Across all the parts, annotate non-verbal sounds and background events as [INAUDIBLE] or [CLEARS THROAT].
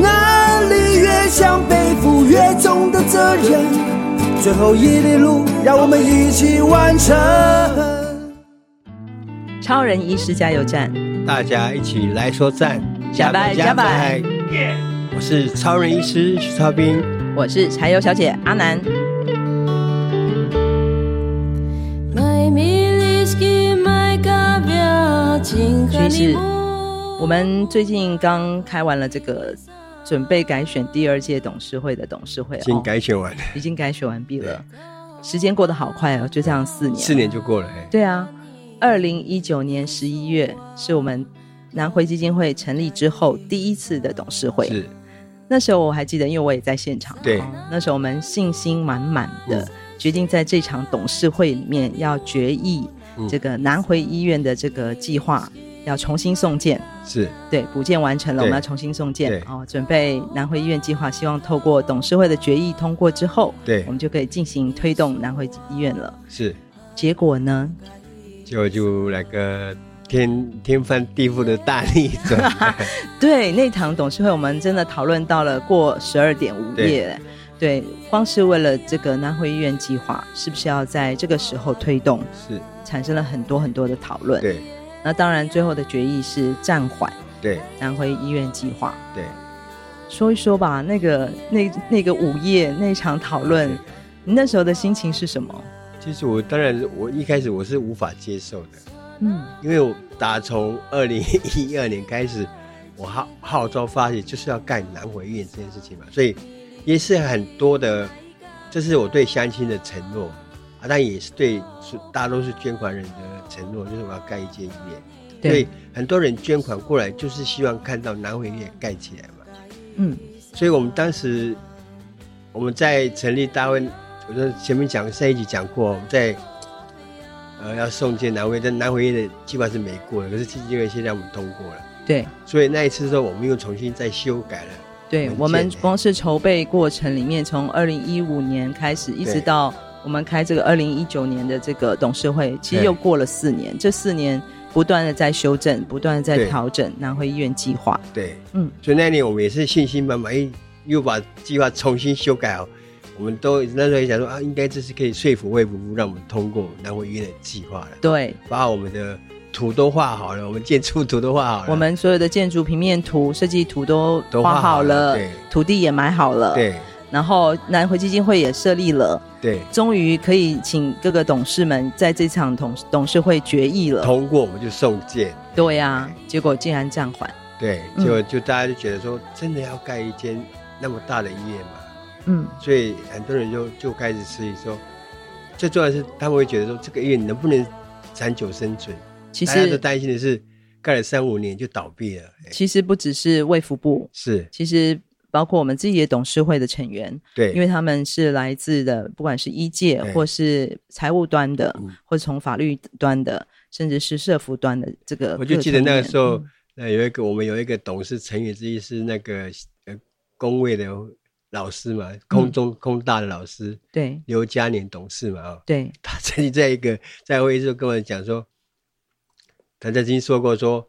哪里越想背负越重的责任，最后一里路让我们一起完成。超人医师加油站，大家一起来说赞，加白加白！我是超人医师徐超斌，我是柴油小姐阿南。徐医师，我们最近刚开完了这个准备改选第二届董事会的董事会已哦，经改选完了，已经改选完毕了。时间过得好快哦，就这样四年。四年就过了、哎，对啊，二零一九年十一月是我们南回基金会成立之后第一次的董事会。是那时候我还记得，因为我也在现场。对哦那时候我们信心满满的，嗯决定在这场董事会里面要决议嗯这个南回医院的这个计划要重新送件。是，对，补件完成了，对我们要重新送件对哦，准备南回医院计划，希望透过董事会的决议通过之后，对我们就可以进行推动南回医院了。是，结果呢，就就来个天天翻地覆的大逆转，对那堂董事会，我们真的讨论到了过十二点午夜。对，光是为了这个南回医院计划，是不是要在这个时候推动，是产生了很多很多的讨论。对那当然，最后的决议是暂缓对南回医院计划。对，说一说吧，那个那那个午夜那场讨论，你那时候的心情是什么？其实我当然我一开始我是无法接受的，嗯，因为我打从二零一二年开始，我号号召发起就是要干南回医院这件事情嘛，所以也是很多的，这是我对乡亲的承诺啊，但也是对所大多数捐款人的承诺，就是我要盖一间医院。所以，很多人捐款过来，就是希望看到南回医院盖起来嘛。嗯，所以我们当时我们在成立大会，我说前面讲上一集讲过，我们在呃要送件南回，但南回的计划是没过的，可是基金会现在我们通过了，对所以那一次之后我们又重新再修改了，对很，我们简单光是筹备过程里面，从二零一五年开始，一直对到我们开这个二零一九年的这个董事会，其实对又过了四年，这四年不断的在修正，不断的在对调整南回医院计划。对，嗯，所以那年我们也是信心满满，又又把计划重新修改好。我们都那时候也想说啊，应该这是可以说服卫福部让我们通过南回医院的计划了。对，把我们的图都画好了，我们建筑图都画好了，我们所有的建筑平面图、设计图都都画画好好了了对，土地也买好了，，对然后南回基金会也设立了。对终于可以请各个董事们在这场董董事会决议了。通过我们就送件，对呀、结果竟然暂缓。对，嗯就就大家就觉得说，真的要盖一间那么大的医院嘛？嗯，所以很多人就就开始质疑说，最重要的是他们会觉得说，这个医院能不能长久生存？其大家都实担心的是，盖了三五年就倒闭了，哎其实不只是卫福部，是其实包括我们自己的董事会的成员，对，因为他们是来自的，不管是医界对或是财务端的嗯，或是从法律端的，甚至是社服端的这个各层面。我就记得那个时候嗯，那有一个我们有一个董事成员之一是那个呃工位的老师嘛，空中、嗯空大的老师对刘嘉年董事嘛啊、哦，对。他曾经在一个在会议室跟我讲说，他曾经说过说，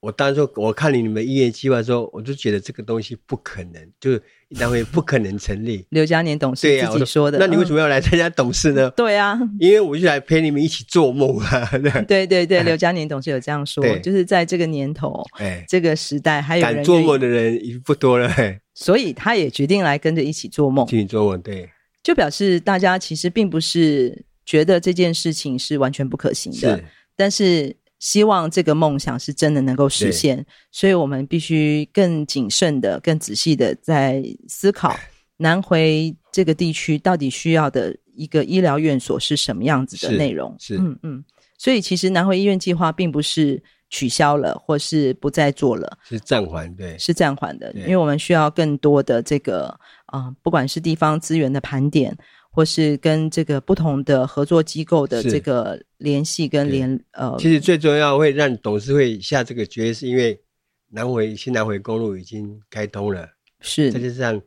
我当初我看了你们医院计划之后，我就觉得这个东西不可能，就是单位不可能成立 [LAUGHS] 刘嘉年董事对呀、自我己说的。嗯那你为什么？么要来参加董 [LAUGHS] 事呢？对 [LAUGHS] 啊，因为我就来陪你们一起做梦啊， [LAUGHS] 对吧，对对对，刘嘉年董事有这样说，对就是在这个年头，哎，这个时代还有人敢做梦愿意，的人已经不多了、嘿所以他也决定来跟着一起做梦，请你做梦，对，就表示大家其实并不是觉得这件事情是完全不可行的是，，但是希望这个梦想是真的能够实现，所以我们必须更谨慎的、更仔细的在思 [LAUGHS] 考南回这个地区到底需要的一个医疗院所是什么样子的是内容。是嗯嗯，所以其实南回医院计划并不是取消了，或是不再做了，是暂缓对，是暂缓的，对因为我们需要更多的这个啊、呃不管是地方资源的盘点，或是跟这个不同的合作机构的是这个联系跟对联呃，其实最重要会让董事会下这个决议，是因为南回新南回公路已经开通了，是再加上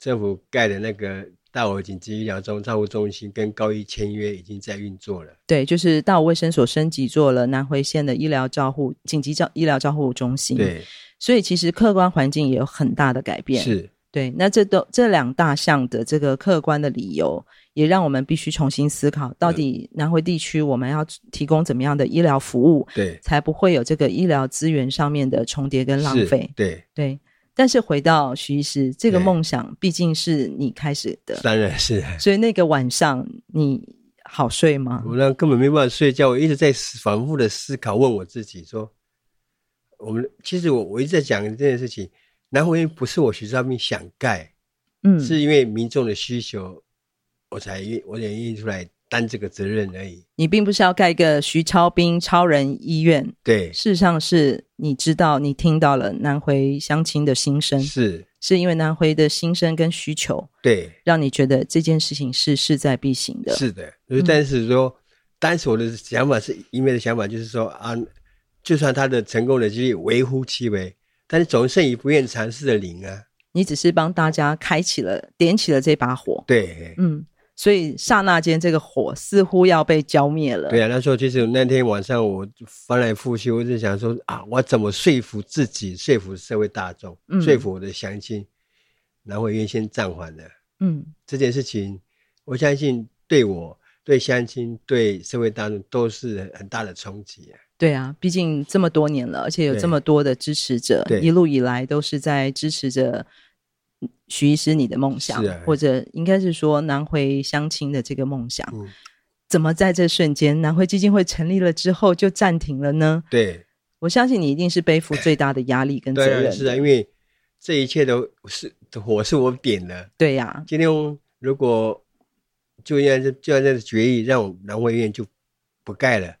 政府盖的那个大我紧急医疗中照护中心跟高医签约已经在运作了。对，就是大武卫生所升级做了南回县的医疗照护紧急照医疗照护中心，，对，所以其实客观环境也有很大的改变，是对，那这都这两大项的这个客观的理由，也让我们必须重新思考，到底南回地区我们要提供怎么样的医疗服务，对，才不会有这个医疗资源上面的重叠跟浪是费。对，对，但是回到徐医师，这个对梦想毕竟是你开始的，当然是。所以那个晚上你好睡吗？我那根本没办法睡觉，我一直在思反复的思考，问我自己说，我们其实我我一直在讲这件事情，南回不是我徐兆斌想盖，嗯，是因为民众的需求，我才愿我也愿意出来担这个责任而已。你并不是要盖一个徐超斌超人医院，对，事实上是你知道你听到了南回乡亲的心声，是，是因为南回的心声跟需求，对，让你觉得这件事情是势在必行的。嗯是的。所以但是说，当时我的想法是，一面的想法就是说啊，就算他的成功的几率微乎其微，但是总胜于不愿尝试的零啊。你只是帮大家开启了、点起了这把火，对，嗯，所以刹那间这个火似乎要被浇灭了。对啊，那时候其实那天晚上我翻来覆去，我就想说啊，我怎么说服自己，说服社会大众，嗯说服我的乡亲，然后原先暂缓了嗯，这件事情，我相信对我、对乡亲、对社会大众都是很大的冲击啊。对啊，毕竟这么多年了，而且有对这么多的支持者对，一路以来都是在支持着徐医师你的梦想，是啊或者应该是说南回相亲的这个梦想。嗯怎么在这瞬间，南回基金会成立了之后就暂停了呢？对，我相信你一定是背负最大的压力跟责当然任。是啊，因为这一切都是火是我点的。对呀、今天如果就因为这就因为这决议让我南汇院就不盖了，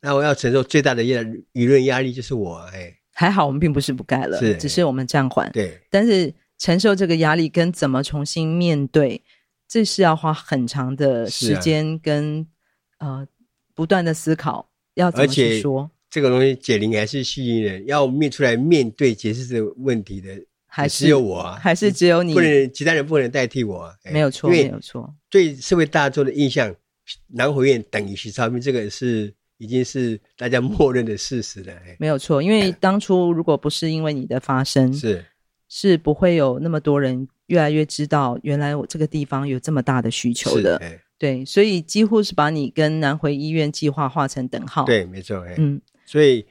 那我要承受最大的压舆论压力就是我哎，还好我们并不是不盖了，是只是我们暂缓。对但是承受这个压力跟怎么重新面对，这是要花很长的啊时间跟、呃不断的思考，要怎么而且去说，这个东西解铃还是系铃人，要面出来面对解释这个问题的还也是只有我啊，还是只有你不能其他人不能代替我啊，哎没有错，因没为有错，对社会大众的印象，南汇院等于徐超斌，这个是已经是大家 [LAUGHS] 默认的事实了，哎，没有错。因为当初如果不是因为你的发声，是是不会有那么多人越来越知道，原来我这个地方有这么大的需求是的。哎，对，所以几乎是把你跟南回医院计划画成等号。，对，没错，哎，嗯，所以，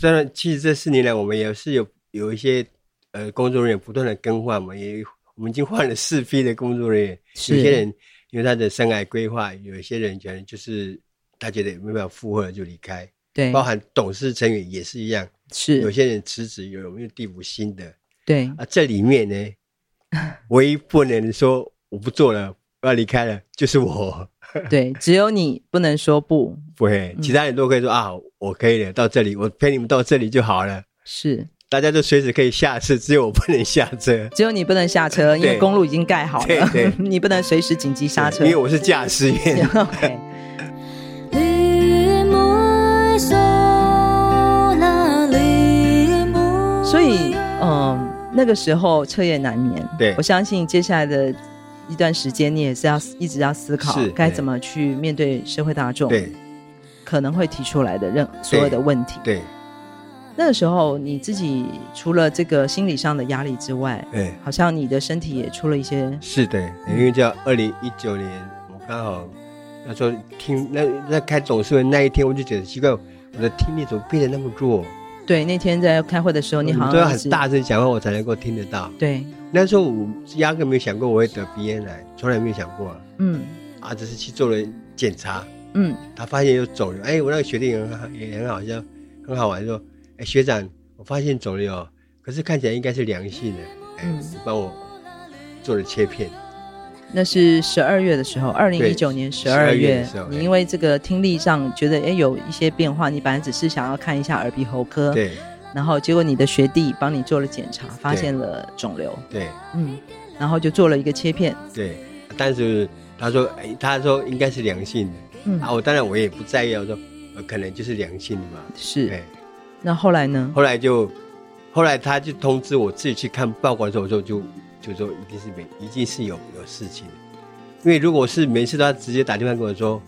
当然，其实这四年来，我们也是有有一些呃工作人员不断的更换，我们也我们已经换了四批的工作人员，是有些人因为他的生涯规划，有一些人可能就是他觉得没办法负荷就离开，对，包含董事成员也是一样，有是，些人辞职，有没有递补新的对，啊？这里面呢， [LAUGHS] 唯一不能说我不做了，我要离开了，就是我。 [LAUGHS] 对，只有你不能说不，不会，其他人都可以嗯说、啊，我可以了，到这里，我陪你们到这里就好了。是，大家都随时可以下车，只有我不能下车。只有你不能下车，因为对公路已经盖好了，对 [LAUGHS] 你不能随时紧急刹车因。为我是驾驶员。 [LAUGHS] OK，所以，嗯，那个时候彻夜难眠。对我相信接下来的一段时间，你也是要一直要思考是该对怎么去面对社会大众对可能会提出来的任所有的问题。对那个时候，你自己除了这个心理上的压力之外，对，好像你的身体也出了一些嗯是的，因为叫二零一九年，我刚好那时候听那那开董事会那一天，我就觉得奇怪，我的听力怎么变得那么弱？对。那天在开会的哦时候，你好都要像一嗯很直大声讲话，我才能够听得到。对，那时候我压根没有想过我会得鼻咽癌，从来没有想过啊嗯啊，只是去做了检查，嗯，他发现有肿瘤，哎，我那个学弟也很好，也很好像很好玩，说，哎，学长，我发现哦肿瘤，可是看起来应该是良性的，哎嗯，帮我做了切片，那是十二月的时候，二零一九年十二12月月的时候，你哎因为这个听力上觉得哎有一些变化，你本来只是想要看一下耳鼻喉科，对然后结果你的学弟帮你做了检查，发现了肿瘤，对嗯，然后就做了一个切片，对，但是他说，哎，他说应该是良性的，嗯，啊，我当然我也不在意，我说，呃，可能就是良性的嘛，是对。。那后来呢？ [LAUGHS] 后来就，后来他就通知我自己去看报告的时候，我就就就说一定是没，一定是有有事情的，因为如果是没事，他直接打电话跟我说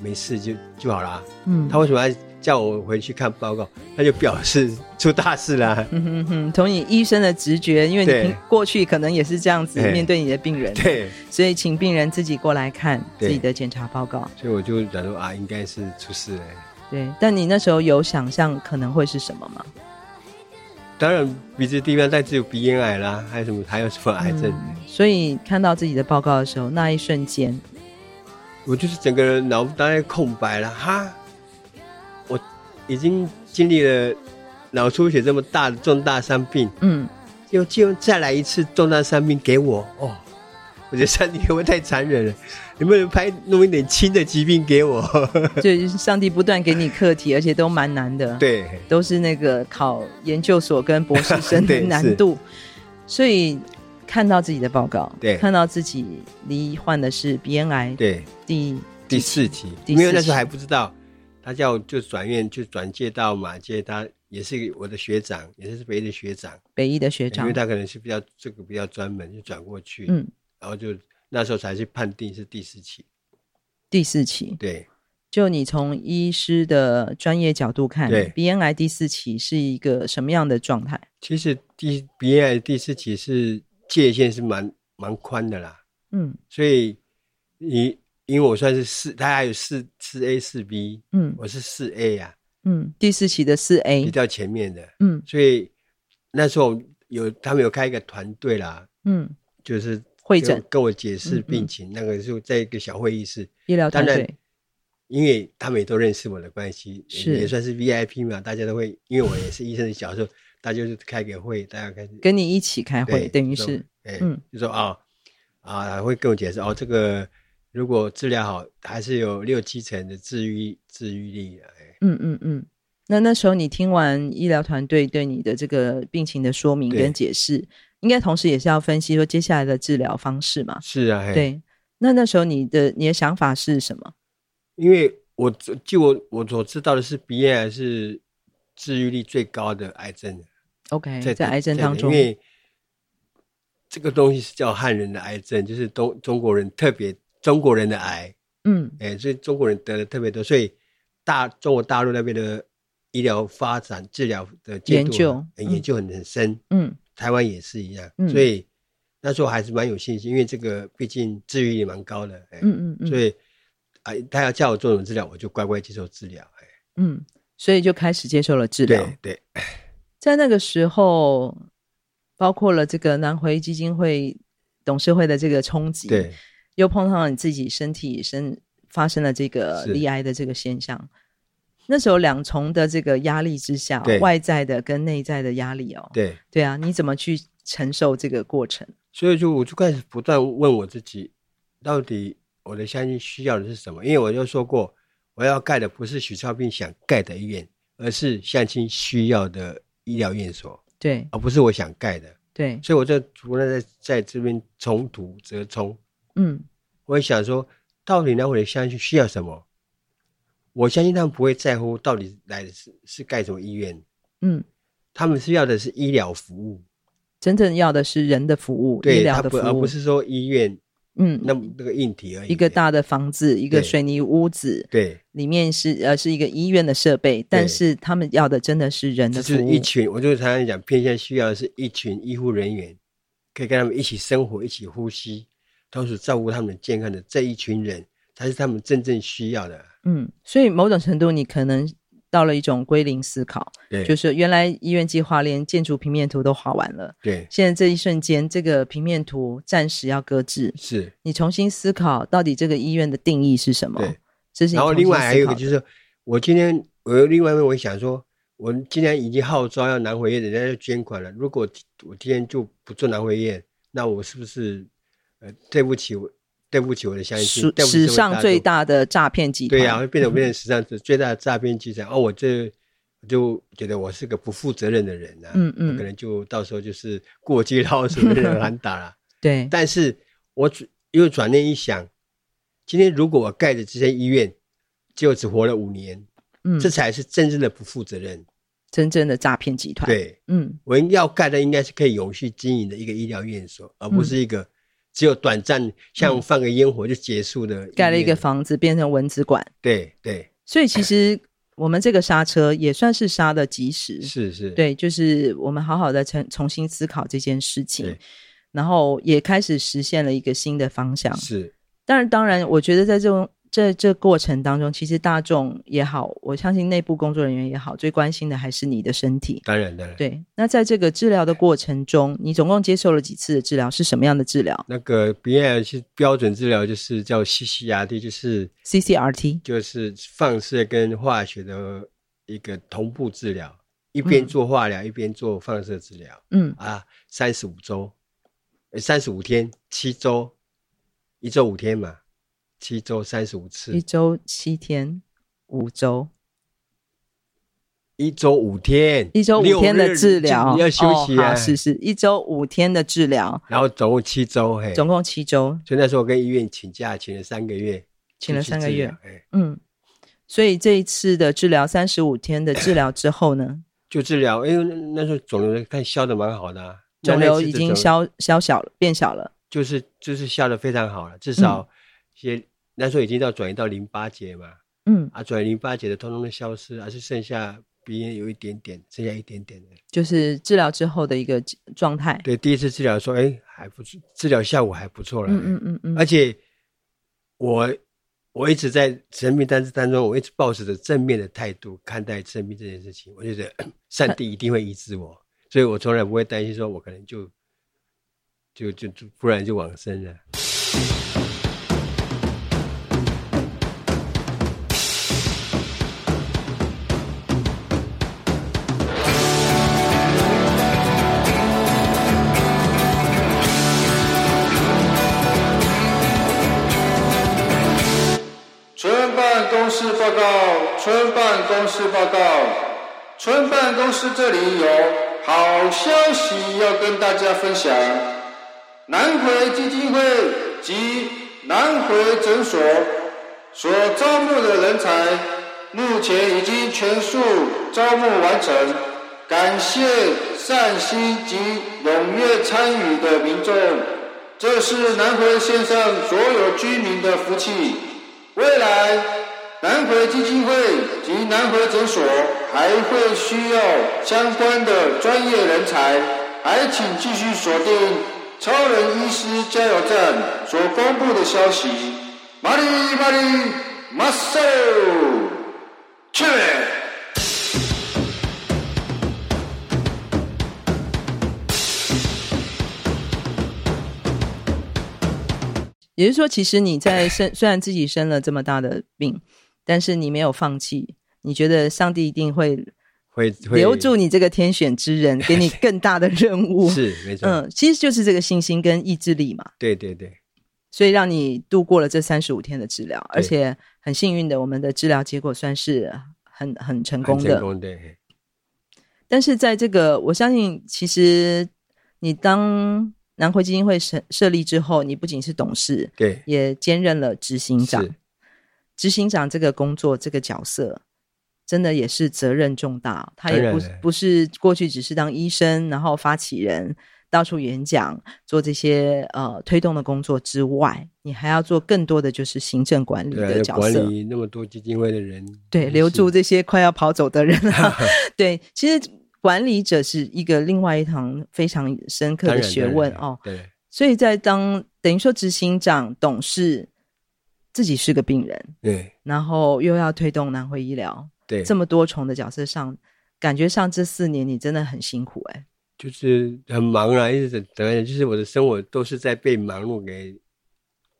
没事就就好啦。嗯，他为什么要叫我回去看报告？那就表示出大事啦。嗯哼哼，从你医生的直觉，因为你对平过去可能也是这样子对面对你的病人， [LAUGHS] 对，所以请病人自己过来看对自己的检查报告。所以我就想说啊，应该是出事了。对，但你那时候有想象可能会是什么吗？当然，鼻子地方带只有鼻咽癌啦，还有什么还有什么癌症？嗯所以看到自己的报告的时候，那一瞬间，我就是整个人脑袋空白了哈，我已经经历了脑出血这么大的重大伤病，嗯，又就再来一次重大伤病给我哦，我觉得上帝会不会太残忍了？能不能拍弄一点轻的疾病给我？ [LAUGHS] 就是上帝不断给你课题，而且都蛮难的，，对都是那个考研究所跟博士生的 [LAUGHS] 对难度，所以看到自己的报告，对看到自己罹患的是鼻咽癌对，第第四题，第四因为那时题候还不知道，他叫我就转院就转介到马街，他也是我的学长，也是北医的学长，北医的学因长为，他可能是比较这个比较专门，就转过去，嗯，然后就那时候才去判定是第四期。第四期，对就你从医师的专业角度看对，鼻咽癌第四期是一个什么样的状态？其实第鼻咽癌第四期是界限是蛮蛮宽的啦，嗯所以你因为我算是四，他还有四四 A 四 B，嗯我是四 A 呀、嗯，第四期的四比 A，较前面的，嗯所以那时候有他们有开一个团队啦，嗯，就是会诊跟我跟我解释嗯嗯病情，那个就在一个小会议室，医疗团当然队，因为他们也都认识我的关系，也是也算是 VIP 嘛，大家都会，因为我也是医生的角色，大家就是开个会，大家开始跟你一起开会，对等于就是说，哎，嗯就说啊啊，还会跟我解释哦，这个如果治疗好，还是有六七成的治愈治愈力的，哎，嗯嗯嗯。那那时候你听完医疗团队对你的这个病情的说明对跟解释，应该同时也是要分析说接下来的治疗方式嘛？是啊，嘿，对。那那时候你的你的想法是什么？因为我据我我所知道的是，鼻咽癌是治愈率最高的癌症，啊 OK，在哎在癌症在当中因，为这个东西是叫汉人的癌症，就是中中国人特别中国人的癌，嗯哎，所以中国人得的特别多，所以大中国大陆那边的医疗发展治疗的进研度啊究哎嗯研究很很深，嗯台湾也是一样，嗯所以那时候还是蛮有信心，因为这个毕竟治愈率蛮高的，哎，嗯嗯嗯，所以啊、哎他要叫我做什么治疗，我就乖乖接受治疗，哎，嗯，所以就开始接受了治疗。对对在那个时候，包括了这个南回基金会董事会的这个冲击，对，又碰到你自己身体身发生了这个是离癌的这个现象。那时候两重的这个压力之下对，外在的跟内在的压力哦，对，对啊，你怎么去承受这个过程？所以就我就开始不断问我自己，到底我的相信需要的是什么？因为我就说过，我要盖的不是许超斌想盖的医院，而是相亲需要的医疗院所，对而不是我想盖的。对，所以我就不断在在这边重读折冲。嗯我也想说，到底南回的相信需要什么？我相信他们不会在乎到底来的是是盖什么医院，嗯，他们是要的是医疗服务，真正要的是人的服务，医对疗他的不服务，而不是说医院嗯，那么那个硬体而已。一个大的房子，一个对水泥屋子，对，里面是呃是一个医院的设备，但是他们要的真的是人这的服是务一，群，我就常常讲，偏向需要的是一群医护人员，可以跟他们一起生活、一起呼吸，同时照顾他们的健康的这一群人，才是他们真正需要的。嗯，所以某种程度你可能到了一种归零思考，对，就是原来医院计划连建筑平面图都画完了，对，现在这一瞬间这个平面图暂时要搁置，是。你重新思考到底这个医院的定义是什么对，这是你然后重新另外还有一个思考的就是，我今天我有另外一位，我想说，我今天已经号召要南回院，人家就捐款了。如果我今天就不做南回院，那我是不是呃对不起我对不起我的乡亲史，对不起史这位上最大的诈骗集团。对呀、啊会变成变成史上最最大的诈骗集团。哦，我这我就觉得我是个不负责任的人呐、嗯嗯我可能就到时候就是过街老鼠被人喊打了。对但是我转又转念一想，今天如果我盖的这些医院，就只活了五年，嗯这，才是真正的不负责任。真正的诈骗集团。，对，嗯我们要盖的应该是可以永续经营的一个医疗院所，而不是嗯一个只有短暂像放个烟火就结束的医院。盖了一个房子变成蚊子馆，对对所以其 [CLEARS THROAT] 实我们这个刹车也算是刹的及时。是是，对，就是我们好好的重重新思考这件事情对，然后也开始实现了一个新的方向。是当然，当然，我觉得在这种这这过程当中，其实大众也好，我相信内部工作人员也好，最关心的还是你的身体。当然当然。对，那在这个治疗的过程中，你总共接受了几次的治疗？是什么样的治疗那个鼻咽癌是标准治疗，就是叫 CCRT，就是？CCRT，就是放射跟化学的一个同步治疗，一边做化疗、一边做放射治疗嗯啊，三十五周，三十五天，七周，一周五天嘛，七周三十五次一，周七天，五周，一周五天，一周五天六的日治疗，你要休息哦啊，好是是，一周五天的治疗，然后总共七周，嘿，总共七周，所以那时候我跟医院请假，请了三个月，请了去三个治月疗，哎，嗯。所以这一次的治疗，三十五天的治疗之后呢，就治疗，因为那那时候肿瘤看消的蛮好的、啊，那肿那瘤次已的经肿消消小了，变小了。就是就是消的非常好嗯了，至少也、那时候已经到转移到淋巴结嘛，嗯，啊，转移淋巴结的通通都消失，而是剩下鼻炎有一点点，剩下一点点的。就是治疗之后的一个状态。对，第一次治疗说，哎，还不错，治疗效果还不错了，嗯嗯嗯嗯，而且我我一直在生命单子当中，我一直抱持着正面的态度看待生命这件事情。我觉得 [COUGHS] 上帝一定会医治我，所以我从来不会担心说我可能就就就就突然就往生了。村办公室报告，村办公室报告，村办公室这里有好消息要跟大家分享。南回基金会及南回诊所所招募的人才，目前已经全数招募完成，感谢善心及踊跃参与的民众，这是南回县上所有居民的福气。未来，南回基金会及南回诊所还会需要相关的专业人才，还请继续锁定超人医师加油站所公布的消息。马里马里马塞尔，去！也就是说，其实你在生，虽然自己生了这么大的病，但是你没有放弃。你觉得上帝一定会会会留住你这个天选之人，给你更大的任 [LAUGHS] 务。，是没错，嗯，其实就是这个信心跟意志力嘛，对对对，所以让你度过了这三十五天的治疗，而且很幸运的，我们的治疗结果算是很很成很功的成。功的。嘿但是在这个，我相信其实你当南回基金会设设立之后，你不仅是董事，对，也兼任了执行长是。执行长这个工作这个角色，真的也是责任重大。他也不当然了不是过去只是当医生，然后发起人到处演讲，做这些呃推动的工作之外，你还要做更多的就是行政管理对啊，的要角管色。理那么多基金会的人，对，真留是住这些快要跑走的人、 [LAUGHS] 啊。对，其实管理者是一个另外一堂非常深刻当的然学问，当然哦。当然所以在当等于说执行长、董事自己是个病人，对然后又要推动南回医疗，对，这么多重的角色上，感觉上这四年你真的很辛苦哎、就是很忙啊，一直怎怎么样？就是我的生活都是在被忙碌给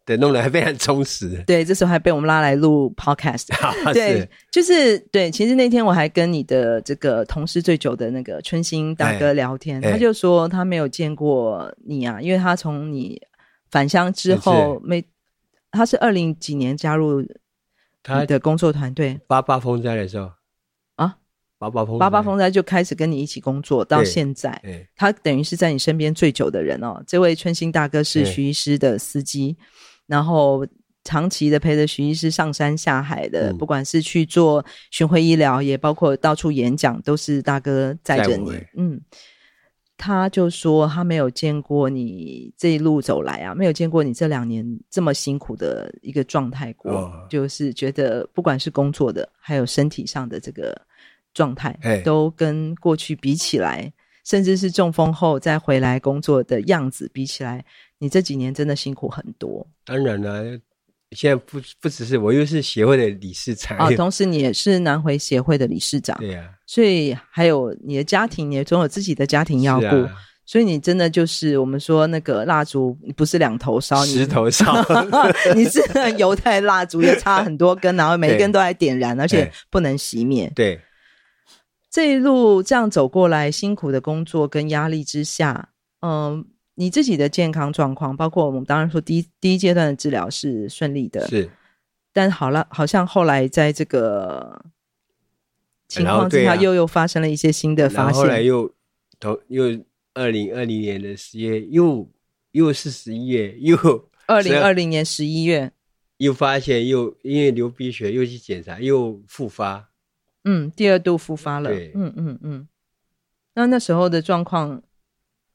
的弄得还非常充 [LAUGHS] 实。对，这时候还被我们拉来录 podcast。对啊是，就是对。其实那天我还跟你的这个同事最久的那个春心大哥哎聊天，哎他就说他没有见过你啊，因为他从你返乡之后是没他是二零几年加入他你的工作团队八八风灾的时候嗯啊，八八风八八风灾，灾就开始跟你一起工作到对现在，哎，他等于是在你身边最久的人哦。这位春兴大哥是对徐医师的司机，然后长期的陪着徐医师上山下海的，嗯不管是去做巡回医疗，也包括到处演讲，都是大哥载着载我你欸。嗯，他就说他没有见过你这一路走来啊，没有见过你这两年这么辛苦的一个状态过，哦就是觉得不管是工作的，还有身体上的这个状态哎，都跟过去比起来，甚至是中风后再回来工作的样子比起来，你这几年真的辛苦很多当然了，现在不不只是我，又是协会的理事长，啊。同时，你也是南回协会的理事长， [LAUGHS] 对呀，所以还有你的家庭，你也总有自己的家庭要是顾，啊所以你真的就是我们说那个蜡烛不是两头烧，你石头烧， [LAUGHS] 你是犹太蜡烛也插很多根，然后每一根都来点燃，而且对不能熄灭。[LAUGHS] [LAUGHS] 对，这一路这样走过来，辛苦的工作跟压力之下，嗯，你自己的健康状况，包括我们当然说第一第一阶段的治疗是顺利的，是，但好了，好像后来在这个情然后况之对下，啊又又发生了一些新的然发后后来现。又同又二零二零年的十月，又又是十一月，又二零二12零年十一月，又发现又因为流鼻血又去检查又复发，嗯，第二度复发了，对嗯嗯嗯。那那时候的状况，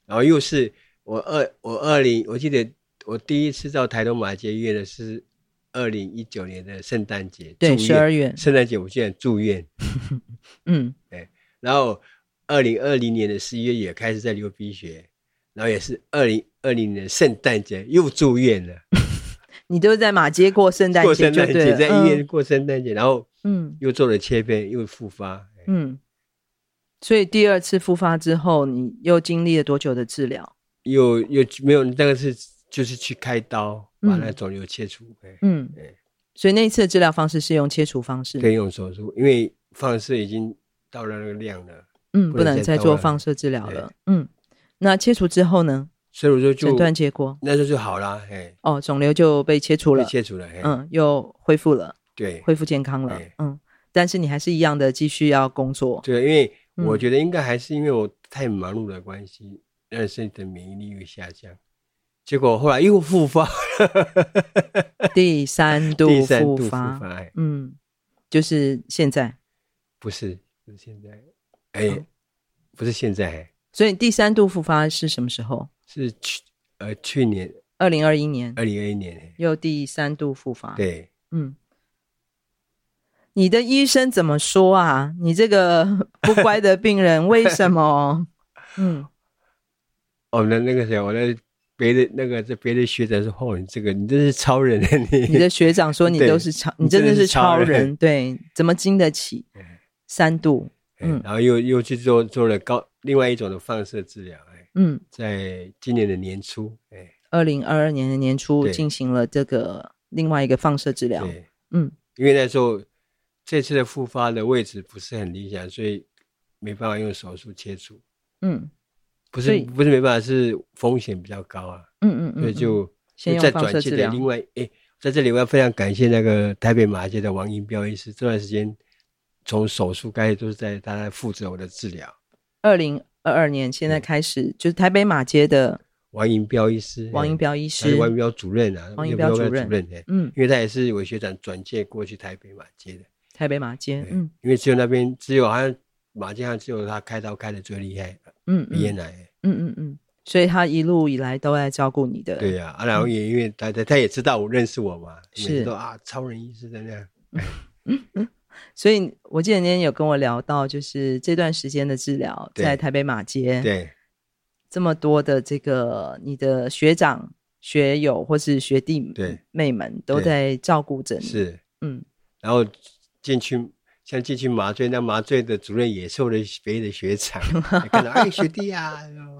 然后又是我二我二零我记得我第一次到台东马街医院的是二零一九年的圣诞节，对，住十院二月，圣诞节我居然住院，嗯，然后二零二零年的十一月也开始在流鼻血，然后也是二零二零年的圣诞节又住院了，你都在马街过圣诞过节圣就诞对节了，在医院过圣诞节，然后嗯，又做了切片又复发，哎嗯嗯。所以第二次复发之后，你又经历了多久的治疗？又又没有那个是就是去开刀把嗯那肿瘤切除，哎嗯对，所以那一次的治疗方式是用切除方式，可以用手术，因为放射已经到了那个量了，嗯，不不能能再再动做了放射治疗了，嗯。那切除之后呢？所以我说诊就断结果那时候就好啦，哎，哦，肿瘤就被切除被了，切除了，哎，嗯，又恢复了，对恢复健康了对，嗯。但是你还是一样的继续要工 [LAUGHS] 作，对，因为我嗯觉得应该还是因为我太忙碌的关系，让身体的免疫力又下降，结果后来又复发，第三度第三度复复发，发，哎，嗯，就是现在。不是不是现在，嗯哎，不是现在，哎所以第三度复发是什么时候？是去呃去年二零二一年二零二一年，哎又第三度复发。，对。嗯，你的医生怎么说啊？你这 [LAUGHS] 个不乖的病人为什么？嗯，哦，那那个谁，我那别的那个这别的学长说，哦，你这个你真是超人啊你。 [LAUGHS] 你的学长说你对都是超，你你真真的的是是超超人嗯人，对，怎么经得起三度？哎嗯然后又又去做做了高另外一种的放射治疗，哎，嗯，在今年的年初，哎，二零二二年的年初对进行了这个另外一个放射治疗。对，嗯，因为那时候这次的复发的位置不是很理想，所以没办法用手术切除，嗯不所是以不是没办法，是风险比较高啊，嗯嗯嗯，所以就先用再放射转介治给疗另外，哎，在这里我要非常感谢那个台北麻街的王银彪医师，这段时间从手术开始都是在他在负责我的治疗。二零二二年现在开始，就是台北马街的王银彪医师，王银哎彪医他师是，王银彪主任啊，王银彪也不是主任主任，哎嗯，因为他也是我学长转介过去台北马街的，台北马街哎，嗯因为只有那边只有好像马街上只有他开刀开的最厉害，嗯鼻咽嗯癌，哎嗯嗯嗯，所以他一路以来都在照顾你的，对呀，啊，然后也因为他他他也知道我认识我嘛，嗯是每次都啊超人医师的那样，所以我记得您有跟我聊到，就是这段时间的治疗对在台北马街，，对这么多的这个你的学长、学友或是学弟对妹们都对在照顾着你，是。嗯，然后进去，像进去麻醉，那麻醉的主任也是我的别的学 [LAUGHS] 长，也看到哎学弟啊，然后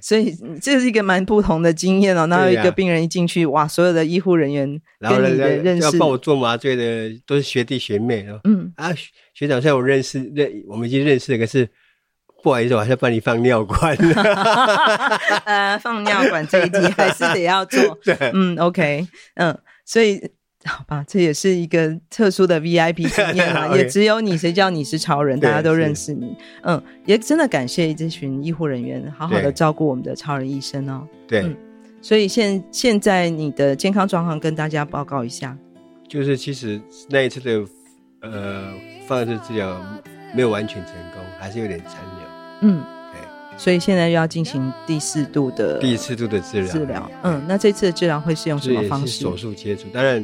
所以嗯这是一个蛮不同的经验哦。那有对一呀个病人一进去，哇，所有的医护人员然后跟你的人认家要识，帮我做麻醉的都是学弟学妹，然后嗯，啊学学长虽然我认识认我们已经认识了，可是不好意思，我还是帮你放尿管 [LAUGHS] 了， [LAUGHS] 呃，放尿管这一题还是得要做。嗯，OK，嗯，所以好吧，这也是一个特殊的 VIP 经验 [LAUGHS] 啦， OK 也只有你，谁叫你是潮人，对大家都认识你。嗯，也真的感谢这群医护人员，好好的对照顾我们的超人医生哦。对，嗯所以现现在你的健康状况跟大家报告一下。就是其实那一次的呃放射治疗没有完全成功，还是有点残留。嗯，对，所以现在又要进行第四度的第四度的治疗，治疗。嗯，那这次的治疗会是用什是么也方是式？手术切除，当然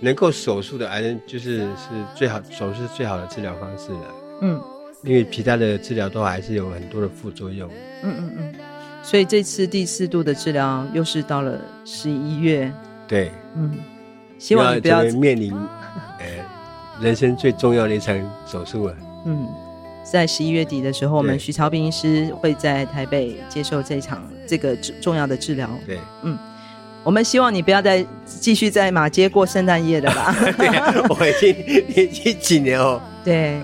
能够手术的癌症就是是最好手术是最好的治疗方式了，嗯因为其他的治疗都还是有很多的副作用。嗯嗯嗯。所以这次第四度的治疗又是到了十一月。对，嗯，希望你不要成为面临呃人生最重要的一场手术啊了。嗯，在十一月底的时候，我们对许超斌医师会在台北接受这场这个治重要的治疗。 [LAUGHS] 对，我们希望你不要再继续在马街过圣诞夜了 [LAUGHS] 吧？对啊，我已经已经几年哦。对，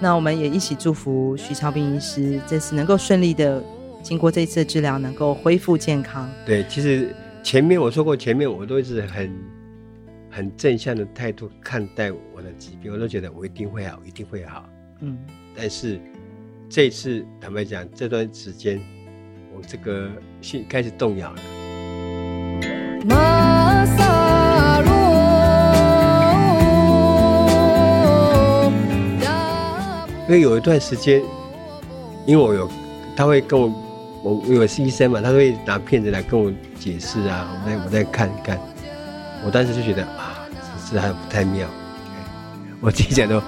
那我们也一起祝福许超斌医师这次能够顺利的经过这次的治疗，能够恢复健康。对，其实前面我说过，前面我都一直很很正向的态度看待我的疾病，我都觉得我一定会好，一定会好。嗯但是这一次坦白讲，这段时间我这个心开始动摇了。因为有一段时间，因为我有他会跟我，我我有是医生嘛，他会拿片子来跟我解释啊，我再我再看一看。我当时就觉得啊，这这还不太妙。 [LAUGHS] 我自己讲的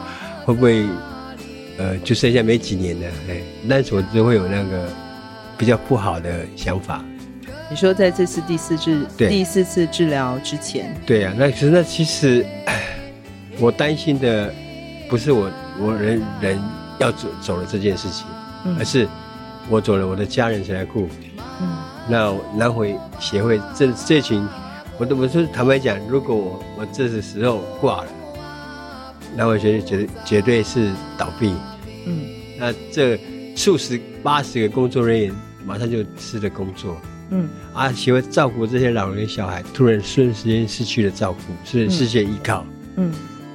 会不会呃，就剩下没几年了？哎，那时候就会有那个比较不好的想法。你说在这次第四治对第四次治疗之前，对呀、啊，那其实那其实，唉我担心的不是我我人人要走走了这件事情，嗯而是我走了，我的家人谁来顾？嗯那我南回协会这这群，我都我是坦白讲，如果我我这时候挂了，南回协会绝对绝对是倒闭。嗯那这数十八十个工作人员马上就失了工作，嗯啊，协会照顾这些老人跟小孩，突然瞬时间失去了照顾，是失去了依靠。嗯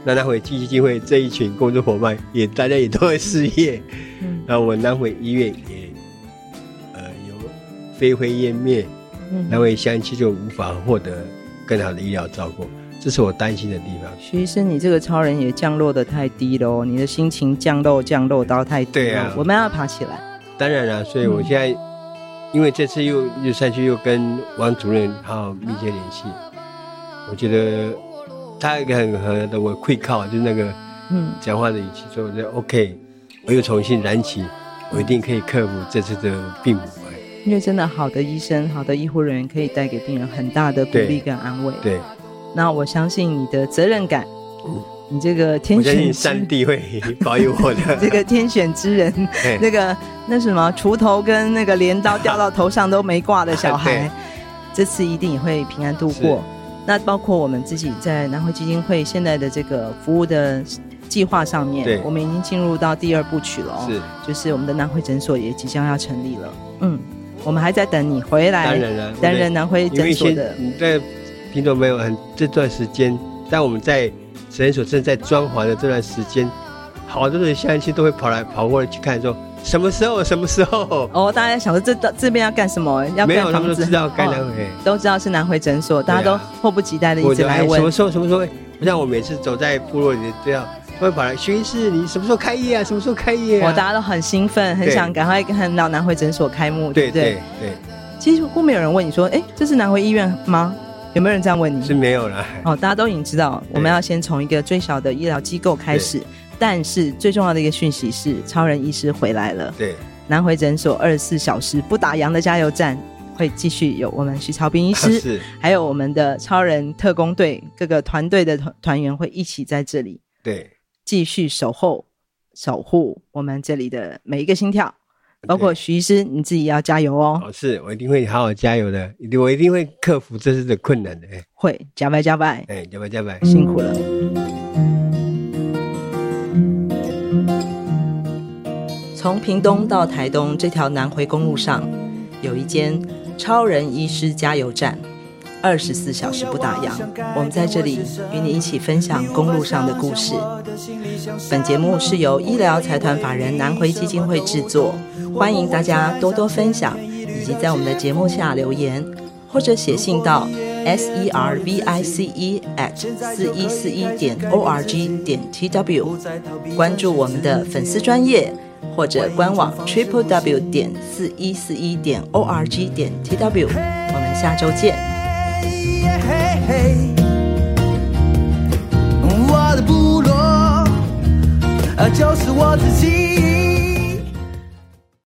那那会基金会这一群工作伙伴也大家也都会失业，嗯那我南回医院也呃有飞灰烟灭，嗯，南回乡亲就无法获得更好的医疗照顾，这是我担心的地方。徐医生，你这个超人也降落的太低喽，你的心情降落降落到太低对了啊我们要爬起来。当然了、所以我现在、因为这次又又上去又跟王主任还有密切联系，我觉得他有一个很合的我会靠就是那个嗯讲话的语气，所以我觉得 OK，我又重新燃起，我一定可以克服这次的病魔。哎因为真的好的医生、好的医护人员可以带给病人很大的鼓励对跟安慰。对，嗯那我相信你的责任感，你这个天我相选信之上帝会保佑我的。这个天选之人，嘿那个那什么锄头跟那个镰刀掉到头上都没挂的小孩 [LAUGHS] 对，这次一定也会平安度过是。那包括我们自己在南汇基金会现在的这个服务的计划上面对，我们已经进入到第二部曲了、哦，是，就是我们的南汇诊所也即将要成立了。嗯，我们还在等你回当来然了，担任南汇因诊为所现的，你在听众朋友很这段时间，但我们在诊所正在装潢的这段时间，好多的乡亲都会跑来跑过来去看说什么时候什么时候，哦，大家想说这这这边要干什么？要没盖有他房们子？都知道该哦南回。都知道是南回诊所，大家对都啊迫不及待的一我直就来哎什问么。时候什么时候？像我每次走在部落里，这样会跑来，徐医师，你什么时候开业啊？什么时候开业啊？我大家都很兴奋，很对想赶快看到南回诊所开幕，对不对对？对，几乎没有人问你说，哎，这是南回医院吗？有没有人这样问是你？没有了。哦，大家都已经知道，对我们要先从一个最小的医疗机构开始。但是最重要的一个讯息是，超人医师回来了，对，南回诊所二十四小时不打烊的加油站会继续有我们徐超斌医师， [LAUGHS] 是，还有我们的超人特工队各个团队的团团员会一起在这里。对，继续守候、守护我们这里的每一个心跳，包括对徐医师，你自己要加油哦，哦，是我一定会好好加油的，一定我一定会克服这次的困难的。哎会加白加白，哎，加白加白，辛苦了。从屏东到台东这条南回公路上，有一间超人医师加油站。二十四小时不打烊。我们在这里与你一起分享公路上的故事。本节目是由医疗财团法人南回基金会制作，欢迎大家多多分享，以及在我们的节目下留言，或者写信到 s e r v i c e at 四一四一 E 点 o r g 点 t w，关注我们的粉丝专业。或者官网 triple w 点四一四一 E 点 o r g 点 t w，我们下周见。嘿嘿，我的部落，呃，就是我自己。